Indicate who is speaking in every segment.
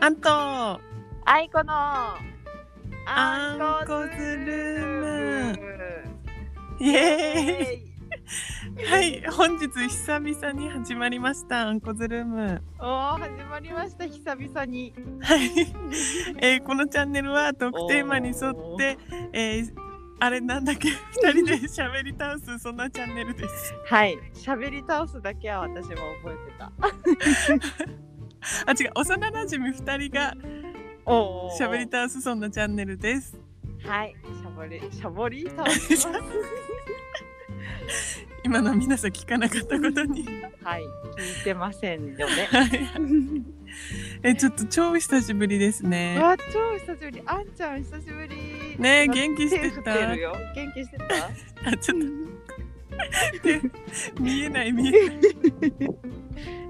Speaker 1: アント
Speaker 2: あいこの
Speaker 1: あんこズルームイエーイはい本日久々に始まりましたアンコズルーム
Speaker 2: おー始まりました久々に
Speaker 1: はい、えーこのチャンネルはトークテーマに沿って、えーあれなんだっけ二人で喋り倒すそんなチャンネルです
Speaker 2: はい喋り倒すだけは私も覚えてた
Speaker 1: あ違う幼馴染み二人が
Speaker 2: お
Speaker 1: 喋り倒すそんなチャンネルです
Speaker 2: はいしゃぼりしゃぼり倒 します
Speaker 1: 今のは皆さん聞かなかったことに
Speaker 2: はい聞いてませんよね
Speaker 1: はいえちょっと超久しぶりですね
Speaker 2: わあ超久しぶりあんちゃん久しぶり
Speaker 1: ねえ元気してた
Speaker 2: 手振ってるよ元 気してた
Speaker 1: あちょっと手見えない見えない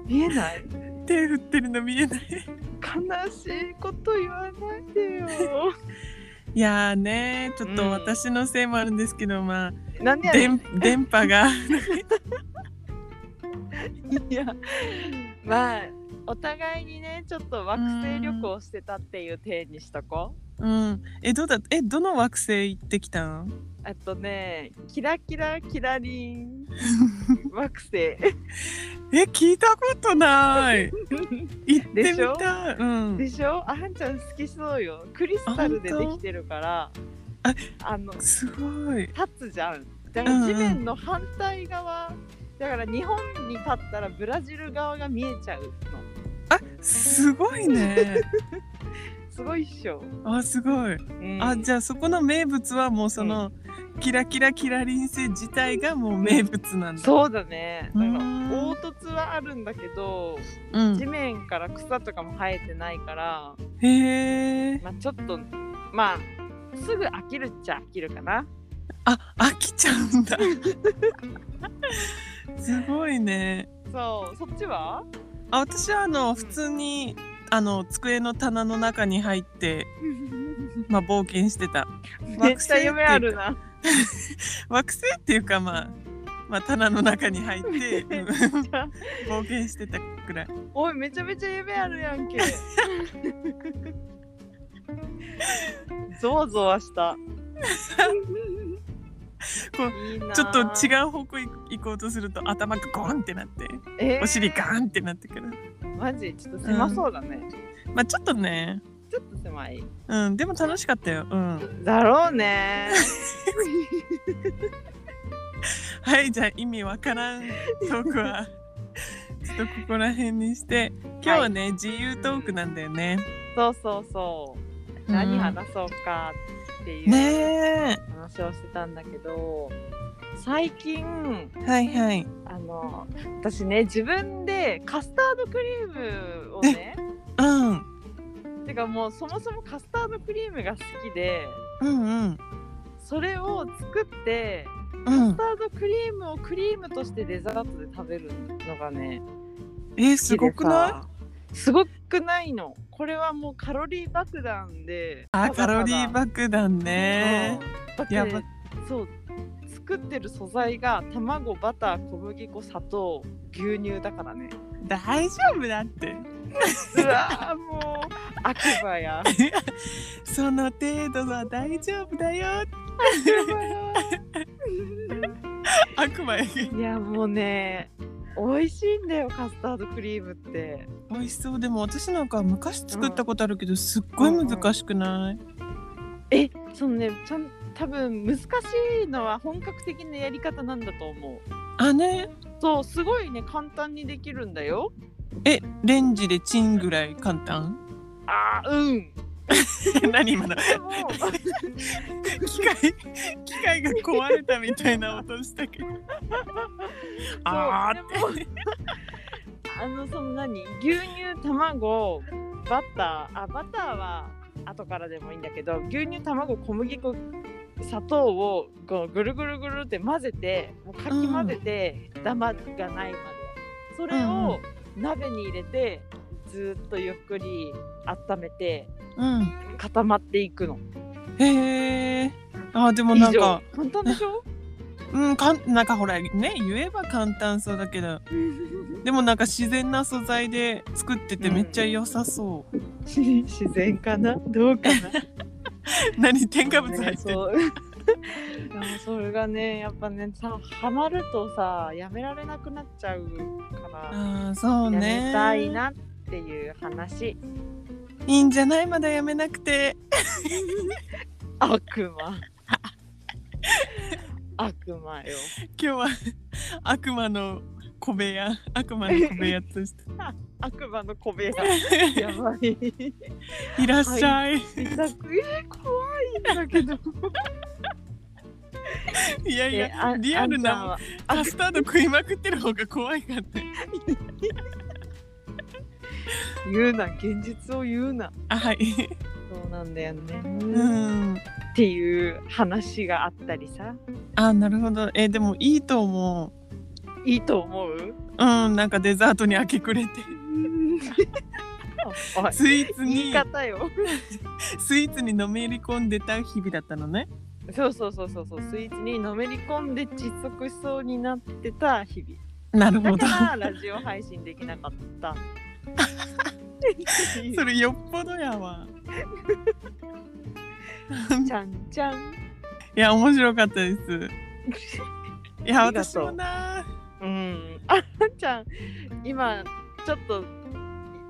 Speaker 2: 見えない
Speaker 1: 手振ってるの見えない
Speaker 2: 悲しいこと言わないで よ
Speaker 1: いやーねちょっ
Speaker 2: う
Speaker 1: と
Speaker 2: ん
Speaker 1: 私のせいもあるんですけどまあ
Speaker 2: なんでやねん
Speaker 1: 電電波が
Speaker 2: いやまあお互いにねちょっと惑星旅行してたっていう体にしとこう。
Speaker 1: うんえどうだえどの惑星行ってきたん
Speaker 2: あとねキラキラキラリ ン惑星
Speaker 1: え聞いたこと ない行って
Speaker 2: で
Speaker 1: み
Speaker 2: しょ
Speaker 1: たいうん
Speaker 2: でしょあんちゃん好きそうよクリスタルでできてるから
Speaker 1: あ
Speaker 2: あの立
Speaker 1: すごい
Speaker 2: つじゃんだか
Speaker 1: うんう
Speaker 2: ら
Speaker 1: ん
Speaker 2: 地面の反対側だから日本に立ったらブラジル側が見えちゃうの
Speaker 1: あすごい ね
Speaker 2: すごいっしょ、
Speaker 1: あすごい
Speaker 2: うん
Speaker 1: あじゃあそこの名物はもうその、キラキラキラリン星自体がもう名物なんだ
Speaker 2: そうだねだから
Speaker 1: うん
Speaker 2: 凹凸はあるんだけど
Speaker 1: うん
Speaker 2: 地面から草とかも生えてないから、
Speaker 1: へえ
Speaker 2: まあ、ちょっとまあすぐ飽きるっちゃ飽きるかな
Speaker 1: あ飽きちゃうん だすごいね
Speaker 2: そうそっちは
Speaker 1: あ私はあの
Speaker 2: ん
Speaker 1: 普通にあの机の棚の中に入って、まあ、冒険してた
Speaker 2: めっちゃ夢あるな
Speaker 1: 惑星っていうかまあまあ棚の中に入って、 うん冒険してたくらい
Speaker 2: おいめちゃめちゃ夢あるや んけゾワゾワした
Speaker 1: こう
Speaker 2: いいな
Speaker 1: ちょっと違う方向い行こうとすると頭がゴンってなって
Speaker 2: えー
Speaker 1: お尻ガーンってなってくる
Speaker 2: マジちょっと狭そうだね、
Speaker 1: まあちょっとね
Speaker 2: ちょっと狭い
Speaker 1: うんでも楽しかったようん
Speaker 2: だろう ね
Speaker 1: はいじゃあ意味わからんトーク はちょっとここら辺にして今日はね、自由トークなんだよね、
Speaker 2: そうそうそう何話そうかって
Speaker 1: うん
Speaker 2: いう
Speaker 1: ね
Speaker 2: 話をしてたんだけど、最近
Speaker 1: えはいはい
Speaker 2: あの私ね自分でカスタードクリームをね
Speaker 1: うん
Speaker 2: てかもうそもそもカスタードクリームが好きで
Speaker 1: うんうん
Speaker 2: それを作って
Speaker 1: う
Speaker 2: カ
Speaker 1: ん
Speaker 2: スタードクリームをクリームとしてデザートで食べるのがね
Speaker 1: えー、すごくない
Speaker 2: いすごくないのこれはもうカロリー爆弾で
Speaker 1: あカロリー
Speaker 2: 弾
Speaker 1: 爆弾ね
Speaker 2: だって
Speaker 1: やば
Speaker 2: そう作ってる素材が卵バター小麦粉砂糖牛乳だから ね
Speaker 1: 大丈夫だって
Speaker 2: うわーもう悪 魔や悪
Speaker 1: その程度は大丈夫だよ
Speaker 2: 魔や
Speaker 1: 悪魔やけど
Speaker 2: いやもうね美味しいんだよカスタードクリームって
Speaker 1: 美味しそうでも私なんか昔作ったことあるけど、すっごい難しくない、
Speaker 2: えそのねちゃん多分難しいのは本格的なやり方なんだと思う
Speaker 1: あね
Speaker 2: そうすごいね簡単にできるんだよ
Speaker 1: えレンジでチンぐらい簡単
Speaker 2: あーうん
Speaker 1: 何今の
Speaker 2: でも
Speaker 1: 機械機械が壊れたみたいな音したけど あー
Speaker 2: そう
Speaker 1: って
Speaker 2: あのその何牛乳卵バターあバターは後からでもいいんだけど牛乳卵小麦粉砂糖をこうぐるぐるぐるって混ぜてもうかき混ぜて、ダマがないまでそれを鍋に入れてずーっとゆっくり温めて
Speaker 1: うん
Speaker 2: 固まっていくの
Speaker 1: へえあーでも
Speaker 2: 以
Speaker 1: なん
Speaker 2: 上
Speaker 1: か
Speaker 2: 簡単でしょ
Speaker 1: うんかんなんかほらね言えば簡単そうだけどでもなんか自然な素材で作っててめっちゃ良さそう、
Speaker 2: 自然かなどうかな
Speaker 1: 何添加物入ってる、
Speaker 2: そう。でもそれがねやっぱねさハマるとさやめられなくなっちゃうから、
Speaker 1: ああそう
Speaker 2: や
Speaker 1: ね
Speaker 2: めたいなっていう話
Speaker 1: いいんじゃないまだやめなくて
Speaker 2: 悪魔悪魔よ
Speaker 1: 今日は 悪魔の小部屋悪魔の小部屋として
Speaker 2: 悪魔の小 部屋やばい
Speaker 1: いらっしゃい、
Speaker 2: 自宅えー怖いんだけど
Speaker 1: い、やい
Speaker 2: えあ
Speaker 1: やリアルな
Speaker 2: あんちゃんは
Speaker 1: カスタード食いまくってる方が怖いかって
Speaker 2: あ言うな現実を言うな
Speaker 1: あはい
Speaker 2: そうなんだよね、
Speaker 1: うん
Speaker 2: っていう話があったりさ
Speaker 1: あなるほどえでもいいと思
Speaker 2: いいと思
Speaker 1: う
Speaker 2: う
Speaker 1: うんなんかデザートに明け暮れて
Speaker 2: おい
Speaker 1: スイーツ
Speaker 2: 言い
Speaker 1: に
Speaker 2: 方よ
Speaker 1: スイーツにのめり込んでた日々だったのね
Speaker 2: そうそうそうそうそうスイーツにのめり込んで窒息しそうになってた日
Speaker 1: なるほど
Speaker 2: 々だからラジオ配信できなかった
Speaker 1: それよっぽどやわ
Speaker 2: ちゃんちゃん
Speaker 1: いや面白かったですいや
Speaker 2: ありが
Speaker 1: 私
Speaker 2: とう
Speaker 1: もな
Speaker 2: うん あんちゃん今ちょっと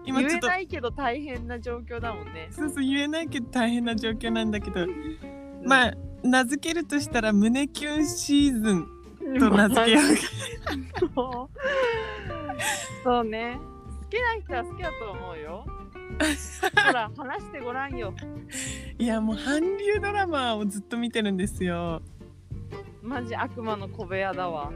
Speaker 1: 今ちょ
Speaker 2: 言え
Speaker 1: っと
Speaker 2: ないけど大変な状況だもんね
Speaker 1: そうそう言えないけど大変な状況なんだけどまあ名付けるとしたら胸キュンシーズンと名付けようか
Speaker 2: もう そうね好きな人は好きだと思うよほら話してごらんよ
Speaker 1: いやもう韓流ドラマをずっと見てるんですよ
Speaker 2: マジ悪魔の小部屋 だわ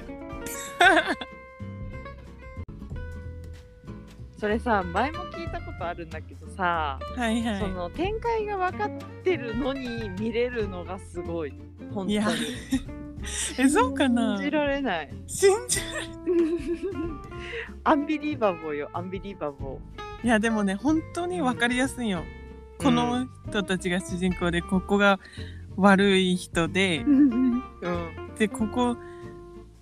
Speaker 2: それさ前も聞いたことあるんだけどさ、
Speaker 1: はいは
Speaker 2: そ
Speaker 1: い
Speaker 2: の展開が分かってるのに見れるのがすごい
Speaker 1: い
Speaker 2: 本当に
Speaker 1: やえそうかな
Speaker 2: 信じられない
Speaker 1: 信じ
Speaker 2: アンビリーバボーよアンビリーバボ
Speaker 1: いやでもね本当に分かりやすいよ、
Speaker 2: うん
Speaker 1: この人たちが主人公でここが悪い人で
Speaker 2: ーうん
Speaker 1: でここ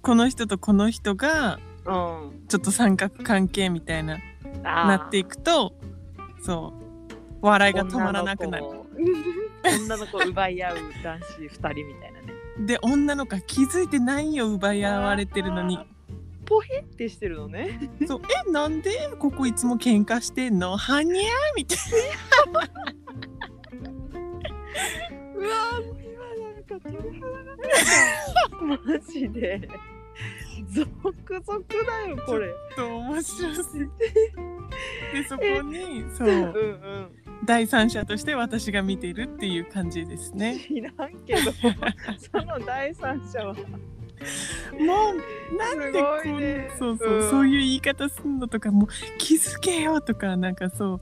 Speaker 1: この人とこの人が
Speaker 2: うん
Speaker 1: ちょっと三角関係みたいなな
Speaker 2: な
Speaker 1: っていくとそう笑いが止まらなくなる
Speaker 2: 女の子を女の子を奪い合う男子2人みたいなね
Speaker 1: で女の子が気づいてないよ奪い合われてるのに
Speaker 2: あポヘってしてるのね
Speaker 1: そうえなんでここいつも喧嘩してんのはにゃーみたいう
Speaker 2: わーもう今なんか鳥肌がマジで続々だよこれ
Speaker 1: なと面 白すぎてでそこにそう
Speaker 2: うん
Speaker 1: 第三者として私が見てるっていう感じです
Speaker 2: うん
Speaker 1: ね
Speaker 2: 知らんけどその第三者は
Speaker 1: もうなんでこ
Speaker 2: すごいね
Speaker 1: うそうそう、
Speaker 2: うん
Speaker 1: そういう言い方すんのとかもう気づけよとかなんかそう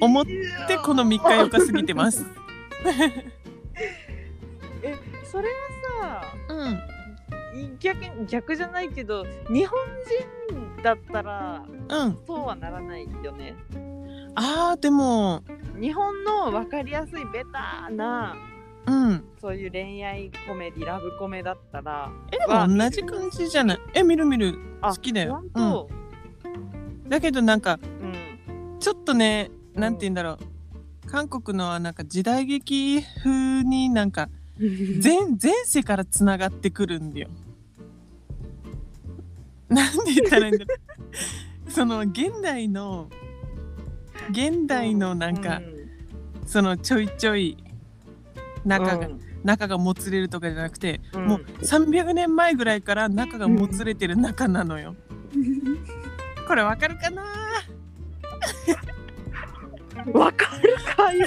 Speaker 1: 思ってこの3日4日過ぎて ます
Speaker 2: えそれはさ
Speaker 1: うん
Speaker 2: 逆に逆じゃないけど日本人だったら
Speaker 1: うん
Speaker 2: そうはならないよね
Speaker 1: あーでも
Speaker 2: 日本の分かりやすいベターな
Speaker 1: うん
Speaker 2: そういう恋愛コメディラブコメだったら
Speaker 1: えで
Speaker 2: は
Speaker 1: も
Speaker 2: 見
Speaker 1: 同
Speaker 2: る
Speaker 1: じ感じじゃないえ見る見る
Speaker 2: あ
Speaker 1: 好きだよ
Speaker 2: 本当、
Speaker 1: だけどなんか
Speaker 2: うん
Speaker 1: ちょっとねなんて言うんだろう、韓国のはなんか時代劇風になんか全前世からつながってくるんだよ。なんで言ったらいいんだろ うその現代の現代のなんか、そのちょいちょい仲が、仲がもつれるとかじゃなくて、
Speaker 2: うん
Speaker 1: もう300年前ぐらいから仲がもつれてる仲なの よ。これわかるかな
Speaker 2: わかるかよ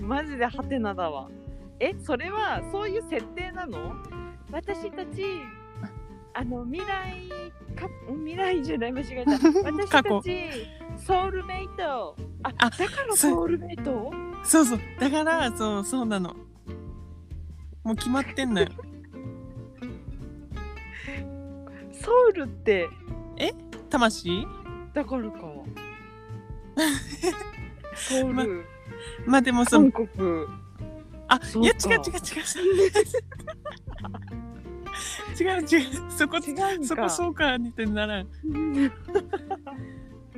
Speaker 2: マジでハテナだわえそれはそういう設定なの私たちあの未来か未来じゃない間違えた私
Speaker 1: 過
Speaker 2: た
Speaker 1: 去
Speaker 2: ちソウルメイトあ
Speaker 1: あ
Speaker 2: だから
Speaker 1: そう
Speaker 2: ソウルメイト
Speaker 1: そうそうだからそうそうなのもう決まってんのよ
Speaker 2: ソウルって
Speaker 1: 魂
Speaker 2: だか らかソウ
Speaker 1: ま
Speaker 2: ル
Speaker 1: まあでもその
Speaker 2: 韓国
Speaker 1: あ
Speaker 2: そう
Speaker 1: い
Speaker 2: か
Speaker 1: や違う違 う違う違う違うそこ
Speaker 2: 違うん
Speaker 1: そこ
Speaker 2: か
Speaker 1: そうかにてならん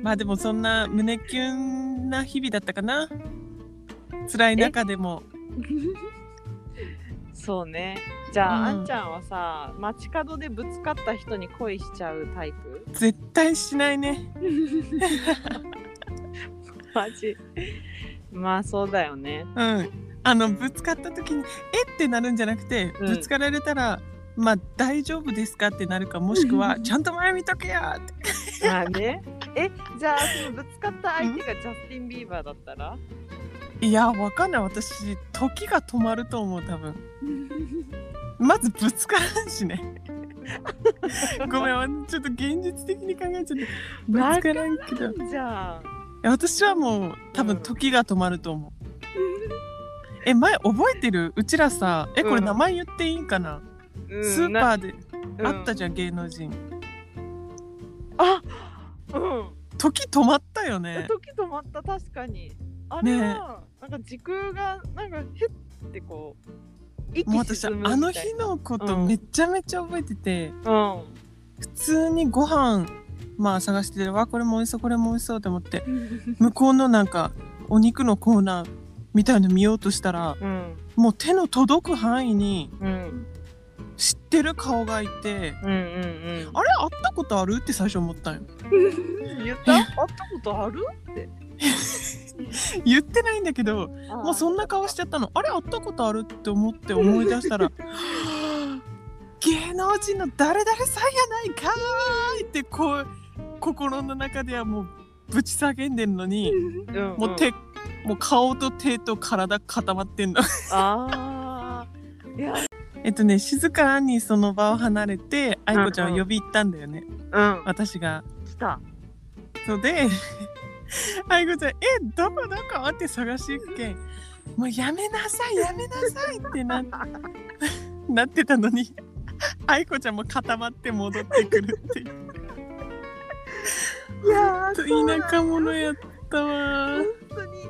Speaker 1: まあでもそんな胸キュンな日々だったかな辛い中でも
Speaker 2: そうねじゃあ、
Speaker 1: うん
Speaker 2: あんちゃんはさ街角でぶつかった人に恋しちゃうタイプ
Speaker 1: 絶対しないね
Speaker 2: マジ まあそうだよね
Speaker 1: うんあのぶつかった時にえってなるんじゃなくて
Speaker 2: うん
Speaker 1: ぶつかられたら、まあ大丈夫ですかってなるかもしく はちゃんと前見とけよって
Speaker 2: まあね えじゃあそのぶつかった相手がジャスティン・ビーバーだったら
Speaker 1: いやわかんない私時が止まると思う多分まずぶつからんしね ごめんわちょっと現実的に考えちゃってぶつからんけどい
Speaker 2: じゃあ
Speaker 1: や私はもう多分時が止まると思うえ前覚えてるうちらさえこれ
Speaker 2: うん
Speaker 1: 名前言っていいんかな、スー
Speaker 2: ー
Speaker 1: パーであった
Speaker 2: ゃ
Speaker 1: じゃん、芸能人
Speaker 2: あうん
Speaker 1: 時止まったよね
Speaker 2: 時止まった確かにあれは、なんか時空がなんかへってこう息
Speaker 1: もう私あ
Speaker 2: 沈むみたいな
Speaker 1: の日のこと
Speaker 2: うん
Speaker 1: めちゃめちゃ覚えてて、
Speaker 2: うん
Speaker 1: 普通にご飯まあ探しててわこれも美味しそうこれも美味しそうと思って向こうのなんかお肉のコーナーみたいの見ようとしたら
Speaker 2: うん
Speaker 1: もう手の届く範囲に
Speaker 2: うん
Speaker 1: 知ってる顔がいて
Speaker 2: うんうん
Speaker 1: あれ会ったことあるって最初思ったんよ
Speaker 2: うん言った会ったことある
Speaker 1: 言ってないんだけども
Speaker 2: も
Speaker 1: うそんな顔しちゃったのあれ会ったことあるって思って思い出した ら芸能人の誰々さんやないかーいってこう心の中ではもうぶち叫んでんのに
Speaker 2: うん
Speaker 1: もう手、もう顔と手と体固まってんの
Speaker 2: ああいや
Speaker 1: えっとね静かにその場を離れて愛子ちゃんを呼び行ったんだよね
Speaker 2: うん
Speaker 1: 私が。
Speaker 2: 来た
Speaker 1: ので愛子ちゃん「えどこどこ?」って探していくけん「もうやめなさいやめなさい」ってな なってたのに愛子ちゃんも固まって戻ってくるっていう
Speaker 2: いやーそうなんだ
Speaker 1: 田舎者やったわ
Speaker 2: 本当にいやあ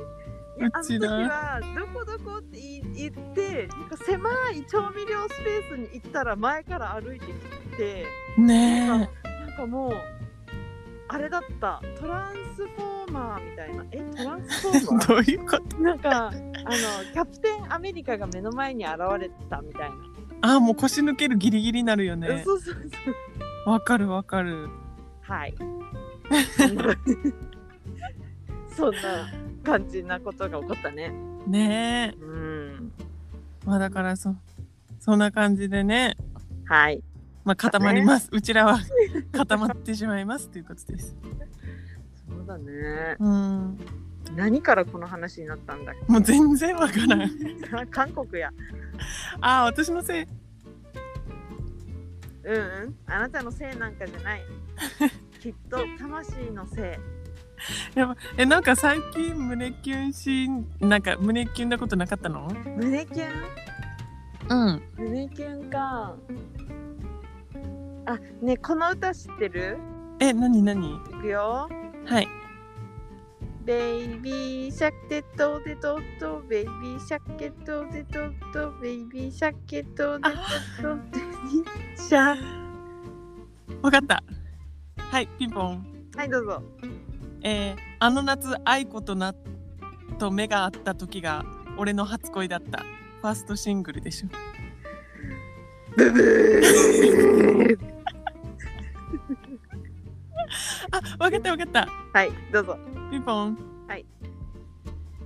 Speaker 1: う
Speaker 2: の
Speaker 1: ち
Speaker 2: 時
Speaker 1: だ
Speaker 2: はどこどこって言い言ってなんか狭い調味料スペースに行ったら前から歩いてきてなん
Speaker 1: ね
Speaker 2: かなんかもうあれだったトランスフォーマーみたいなえトランスフォーマ
Speaker 1: えどういうこと
Speaker 2: ーなんかあのキャプテンアメリカが目の前に現れたみたいな、
Speaker 1: あーもう腰抜けるギリギリになるよね
Speaker 2: そうそうそう
Speaker 1: わかるわかる
Speaker 2: はい そんな感じなことが起こったね
Speaker 1: ねえ
Speaker 2: うん
Speaker 1: まあだからそそんな感じでね
Speaker 2: はい
Speaker 1: まあ固まります、うちらは固まってしまいますということです
Speaker 2: そうだね
Speaker 1: うん
Speaker 2: 何からこの話になったんだっ
Speaker 1: もう全然わからん。
Speaker 2: け 韓国や
Speaker 1: ああ、私のせい。
Speaker 2: うんうんあなたのせいなんかじゃ ないきっと魂のせい
Speaker 1: え、なんか最近胸キュンし、なんか胸キュンなことなかったの
Speaker 2: 胸キュン
Speaker 1: うん。
Speaker 2: 胸キュンかあねえこの歌知ってる
Speaker 1: え、なになに
Speaker 2: いくよ
Speaker 1: はい。
Speaker 2: ベイビーシャケトデトトベイビーシャケトデトトベイビーシャケトデトトベイビーシャ
Speaker 1: わかった。はい、ピンポン。
Speaker 2: はいどうぞ
Speaker 1: えー、あの夏、愛子とな、と目が合った時が、俺の初恋だった。ファーストシングルでしょ。
Speaker 2: ブブー
Speaker 1: あ、わかったわかった。
Speaker 2: はいどうぞ
Speaker 1: ピンポン。
Speaker 2: はい。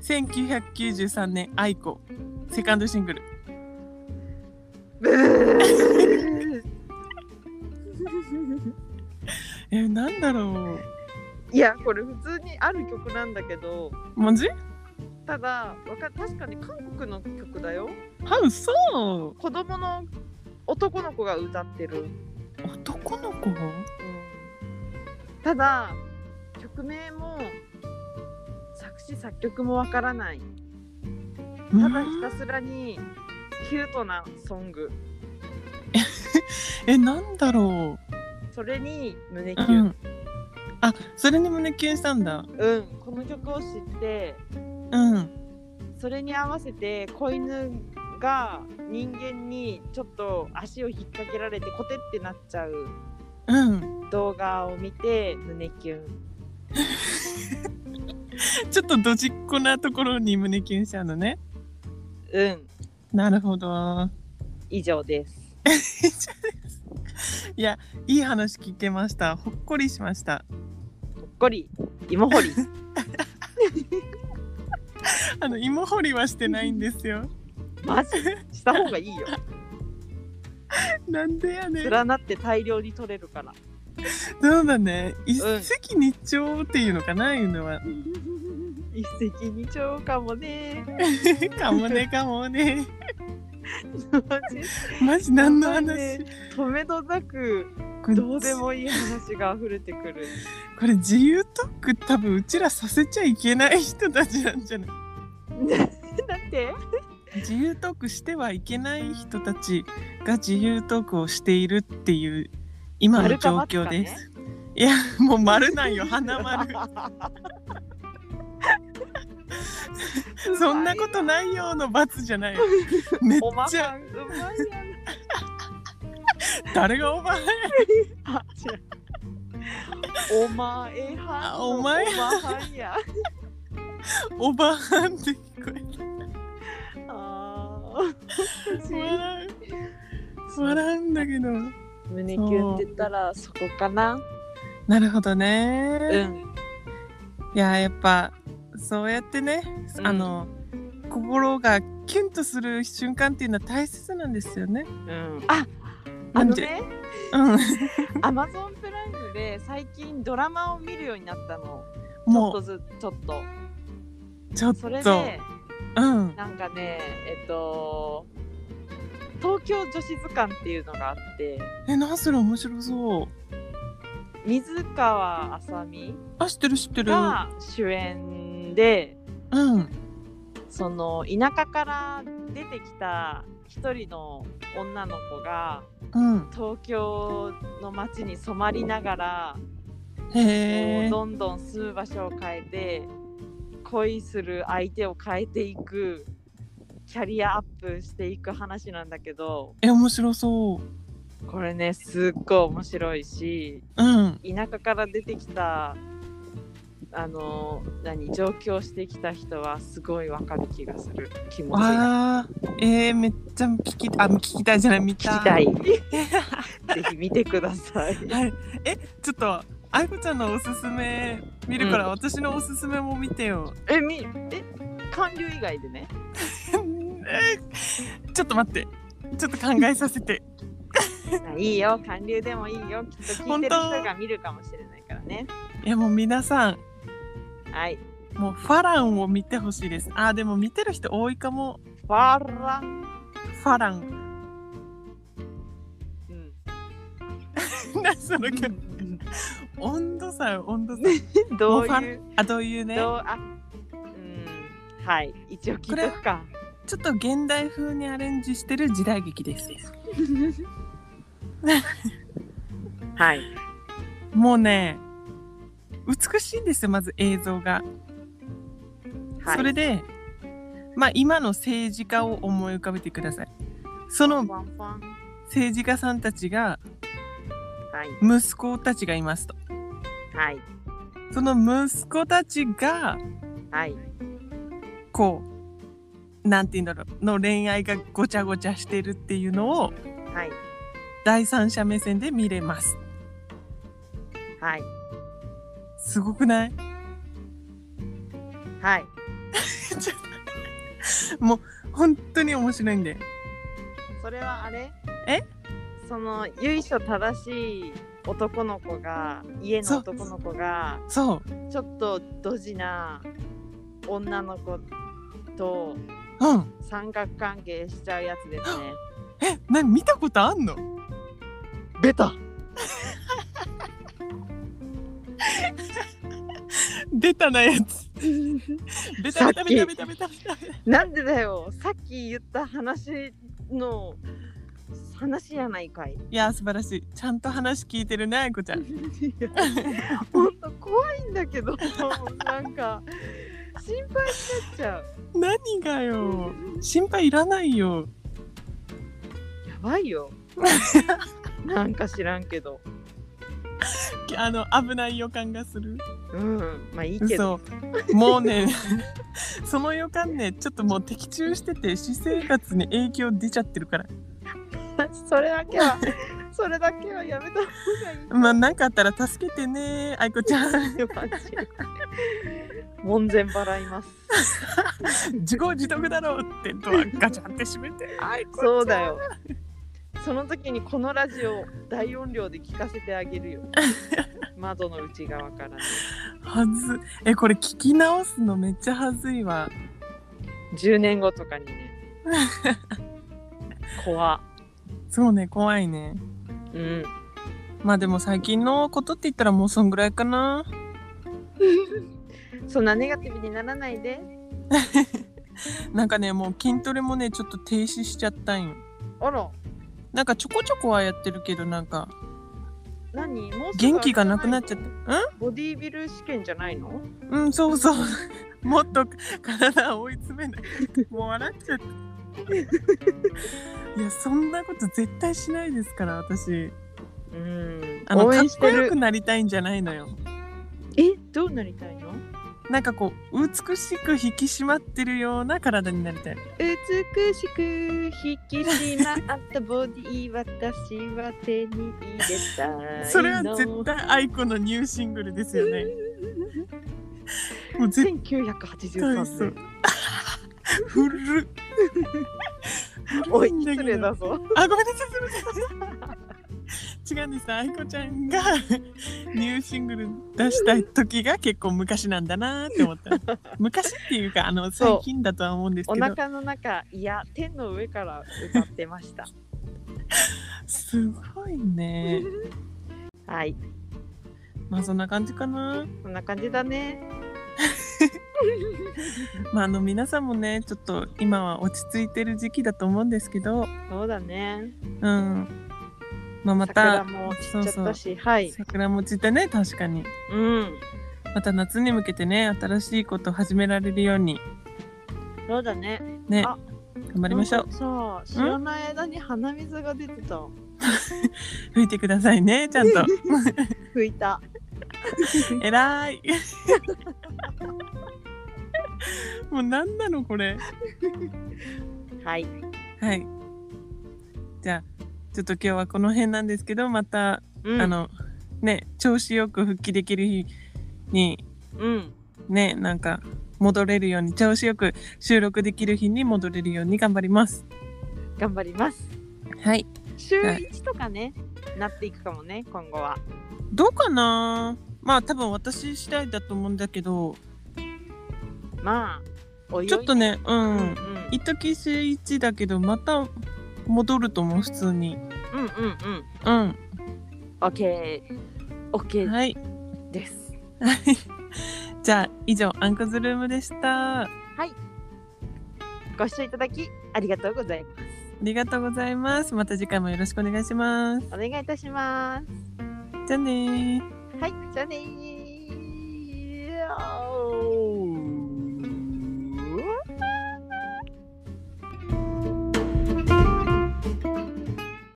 Speaker 1: 1993年、愛子。セカンドシングル。
Speaker 2: ブ ー
Speaker 1: え、なんだろ
Speaker 2: いやこれ普通にある曲なんだけど
Speaker 1: う。マジ
Speaker 2: ただわか確かに韓国の曲だよ
Speaker 1: あ、嘘。
Speaker 2: 子供の男の子が歌ってる、
Speaker 1: 男の子
Speaker 2: ただ曲名も作詞作曲もわからないただひたすらにキュートなソング
Speaker 1: えなんだろ
Speaker 2: それに胸キ
Speaker 1: う、
Speaker 2: ュン、
Speaker 1: あそれに胸キュンしたんだ
Speaker 2: うんこの曲を知って
Speaker 1: うん
Speaker 2: それに合わせて子犬が人間にちょっと足を引っ掛けられてコテってなっちゃう
Speaker 1: うん
Speaker 2: 動画を見て胸キュン
Speaker 1: ちょっとドジっ子なところに胸キュンしちゃうのね
Speaker 2: うん
Speaker 1: なるほど
Speaker 2: 以上です
Speaker 1: いやいい話聞けましたほっこりしました
Speaker 2: ほっこり芋掘り
Speaker 1: あの芋掘りはしてないんですよ
Speaker 2: マジした方がいいよ
Speaker 1: なんでやねん
Speaker 2: 連なって大量に取れるから
Speaker 1: そうだね一石二鳥っていうのかな、いうのは
Speaker 2: 一石二鳥かも ね
Speaker 1: かもねかもね
Speaker 2: マジ
Speaker 1: マジ何の
Speaker 2: 本当に
Speaker 1: 話、
Speaker 2: ね止めどなく
Speaker 1: これ
Speaker 2: どうでもいい話が溢れてくる
Speaker 1: これ自由トーク多分うちらさせちゃいけない人たちなんじゃない
Speaker 2: だって
Speaker 1: 自由トークしてはいけない人たちが自由トークをしているっていう今の状況です、いやもう丸なんよ花丸そんなこと
Speaker 2: い
Speaker 1: ないよの罰じゃないめっ
Speaker 2: おま
Speaker 1: ち
Speaker 2: は
Speaker 1: ゃ
Speaker 2: んうまいやん
Speaker 1: 誰がお前
Speaker 2: あ違うお前はんの
Speaker 1: お前
Speaker 2: おまはんや
Speaker 1: おばはんって聞こえ
Speaker 2: あ
Speaker 1: た
Speaker 2: ー
Speaker 1: 笑う笑うんだけど
Speaker 2: 胸キュンって言ったらそこかな
Speaker 1: なるほどね、
Speaker 2: うん
Speaker 1: いややっぱそうやってね、
Speaker 2: うん
Speaker 1: あの心がキュンとする瞬間っていうのは大切なんですよね。
Speaker 2: うんあ
Speaker 1: な
Speaker 2: あ
Speaker 1: ん
Speaker 2: の
Speaker 1: で
Speaker 2: ね
Speaker 1: うん、
Speaker 2: アマゾンプライムで最近ドラマを見るようになったの ちょっ
Speaker 1: も
Speaker 2: と
Speaker 1: う
Speaker 2: ずつちょっと
Speaker 1: ちょっ
Speaker 2: それ
Speaker 1: と、
Speaker 2: で
Speaker 1: うん、
Speaker 2: なんかねえっと東京女子図鑑っていうのがあって
Speaker 1: えなんそれ面白そう。
Speaker 2: 水川あさみ
Speaker 1: あ知ってる知ってる。
Speaker 2: が主演で
Speaker 1: うん
Speaker 2: その田舎から出てきた一人の女の子が
Speaker 1: うん
Speaker 2: 東京の街に染まりながら、
Speaker 1: へ
Speaker 2: こう
Speaker 1: え。
Speaker 2: どんどん住む場所を変えて恋する相手を変えていくキャリアアップしていく話なんだけど
Speaker 1: え面白そう。
Speaker 2: これねすっごい面白いし
Speaker 1: うん
Speaker 2: 田舎から出てきたあの何上京してきた人はすごいわかる気がする気持ちが
Speaker 1: わあえー、めっちゃ聞きあ聞きたいじゃない見た
Speaker 2: 聞きたい ぜひ見てください
Speaker 1: はい、えちょっとあいこちゃんのおすすめ見るから、私のおすすめも見てよ。
Speaker 2: えみえ韓流以外 でね
Speaker 1: えちょっと待って。ちょっと考えさせて。
Speaker 2: あいいよ韓流でもいいよきっと聞いてる人が見るかもしれないからね
Speaker 1: いやもう皆さん、
Speaker 2: はい
Speaker 1: もうファランを見てほしいです。あー、でも見てる人多いかも。
Speaker 2: ファラン、
Speaker 1: ファラ ン。
Speaker 2: うん、
Speaker 1: なその曲温度差、温度差。
Speaker 2: どう
Speaker 1: もうフ
Speaker 2: いう、
Speaker 1: ァあ、どういうね。
Speaker 2: どうあうんはい一応聞いとくか
Speaker 1: ちょっと現代風にアレンジしてる時代劇です。
Speaker 2: はい
Speaker 1: もうね、美しいんですよ、まず映像が。
Speaker 2: はい
Speaker 1: それで、まあ今の政治家を思い浮かべてください。その
Speaker 2: パンパン
Speaker 1: 政治家さんたちが
Speaker 2: はい
Speaker 1: 息子たちがいますと。
Speaker 2: はい
Speaker 1: その息子たちが
Speaker 2: はい
Speaker 1: こうなんて言うんだろうの恋愛がごちゃごちゃしてるっていうのを
Speaker 2: はい
Speaker 1: 第三者目線で見れます
Speaker 2: はい
Speaker 1: すごくない
Speaker 2: はい
Speaker 1: ちょっともう本当に面白いんで
Speaker 2: それはあれ
Speaker 1: え
Speaker 2: その由緒正しい男の子が家
Speaker 1: そ
Speaker 2: の
Speaker 1: う
Speaker 2: 男の子が
Speaker 1: そう
Speaker 2: ちょっとドジな女の子と
Speaker 1: うん
Speaker 2: 三角関係しちゃうやつですね
Speaker 1: えな見たことあんの
Speaker 2: ベタ
Speaker 1: ベタなやつベタベタベタベタベタベタ
Speaker 2: なんでだよさっき言った話の話やないかい
Speaker 1: いや素晴らしいちゃんと話聞いてるねあいこ ちゃん
Speaker 2: ほんと怖いんだけどなんか心配しなっちゃう
Speaker 1: 何がよ心配いらないよ
Speaker 2: やばいよなんか知らんけど
Speaker 1: あの危ない予感がする
Speaker 2: うんまあいいけど
Speaker 1: そうもうね その予感ねちょっともう的中してて私生活に影響出ちゃってるから
Speaker 2: それだけはそれだけはやめた方がいい
Speaker 1: まあ何かあったら助けてね愛子ちゃん
Speaker 2: マジで門前払います
Speaker 1: 自業自得だろうってドアガチャンって閉めて愛子ちゃん
Speaker 2: そうだよその時にこのラジオを大音量で聞かせてあげるよ 窓の内側からね
Speaker 1: はずえこれ聞き直すのめっちゃはずいわ
Speaker 2: 10年後とか にね怖っ
Speaker 1: そうね怖いね
Speaker 2: うん
Speaker 1: まあでも最近のことって言ったらもうそんぐらいかな
Speaker 2: そんなネガティブにならないで
Speaker 1: なんかねもう筋トレもねちょっと停止しちゃったんよ
Speaker 2: あら
Speaker 1: なんかちょこちょこはやってるけどなんか
Speaker 2: 何もうすぐ
Speaker 1: 元気がなくなっちゃっ
Speaker 2: あれじ
Speaker 1: た
Speaker 2: ゃないボディービル試験じゃないの
Speaker 1: うんうんそう そうもっと体を追い詰めないもう笑っちゃった いやそんなこと絶対しないですから私
Speaker 2: うん
Speaker 1: あの
Speaker 2: 応
Speaker 1: かっ
Speaker 2: 援し
Speaker 1: こ
Speaker 2: て
Speaker 1: よ
Speaker 2: る
Speaker 1: くなりたいんじゃないのよ
Speaker 2: えどうなりたいの
Speaker 1: なんかこう美しく引き締まってるような体になりたい
Speaker 2: 美しく引き締まったボディ私は手に入れたいの
Speaker 1: それは絶対アイコのニューシングルですよねもう 絶対
Speaker 2: 1983
Speaker 1: そ
Speaker 2: 年
Speaker 1: う 古っ
Speaker 2: お
Speaker 1: 古
Speaker 2: い
Speaker 1: んだ
Speaker 2: 失
Speaker 1: けど
Speaker 2: 礼だぞ
Speaker 1: あごめんなさいすみません違うんですアイコちゃんが ニューシングル出したい時が結構昔なんだなって思った 昔っていうかあの
Speaker 2: そう
Speaker 1: 最近だとは思うんです
Speaker 2: お
Speaker 1: けど
Speaker 2: 腹の中いや天の上から歌ってました
Speaker 1: すごいね
Speaker 2: はい
Speaker 1: まあそんな感じかな
Speaker 2: こんな感じだね
Speaker 1: まああの皆さんもねちょっと今は落ち着いてる時期だと思うんですけど
Speaker 2: そうだね
Speaker 1: うんまあま
Speaker 2: 桜
Speaker 1: た
Speaker 2: も散
Speaker 1: そう
Speaker 2: っちゃ
Speaker 1: そ
Speaker 2: っ
Speaker 1: う
Speaker 2: たしはい
Speaker 1: 桜も散ってね確かに
Speaker 2: うん
Speaker 1: また夏に向けてね新しいこと始められるように
Speaker 2: そうだね
Speaker 1: ね
Speaker 2: あ
Speaker 1: 頑張りましょう
Speaker 2: なんかさ知らない間に鼻水が出てた
Speaker 1: 吹いてくださいねちゃんと
Speaker 2: 拭いた
Speaker 1: えらい もう何なのこれ
Speaker 2: はい
Speaker 1: はいじゃあちょっと今日はこの辺なんですけどまた、
Speaker 2: うん
Speaker 1: あのね調子よく復帰できる日に
Speaker 2: うん
Speaker 1: ねなんか戻れるように調子よく収録できる日に戻れるように頑張ります
Speaker 2: 頑張ります
Speaker 1: はい
Speaker 2: 週
Speaker 1: はい
Speaker 2: 1とかね、なっていくかもね今後は
Speaker 1: どうかなまあ多分私次第だと思うんだけど
Speaker 2: まあおいおい
Speaker 1: ちょっとねう
Speaker 2: うんうんん
Speaker 1: 一時週一だけどまた戻ると思う普通に
Speaker 2: うんうんうん
Speaker 1: うん
Speaker 2: OK OK
Speaker 1: はい
Speaker 2: です
Speaker 1: じゃあ以上アンクズルームでしたあ
Speaker 2: ご視聴いただきありがとうございます
Speaker 1: りがとうございますまた次回もよろしくお願いします
Speaker 2: お願いいたします
Speaker 1: じゃあねー
Speaker 2: はいじゃあねー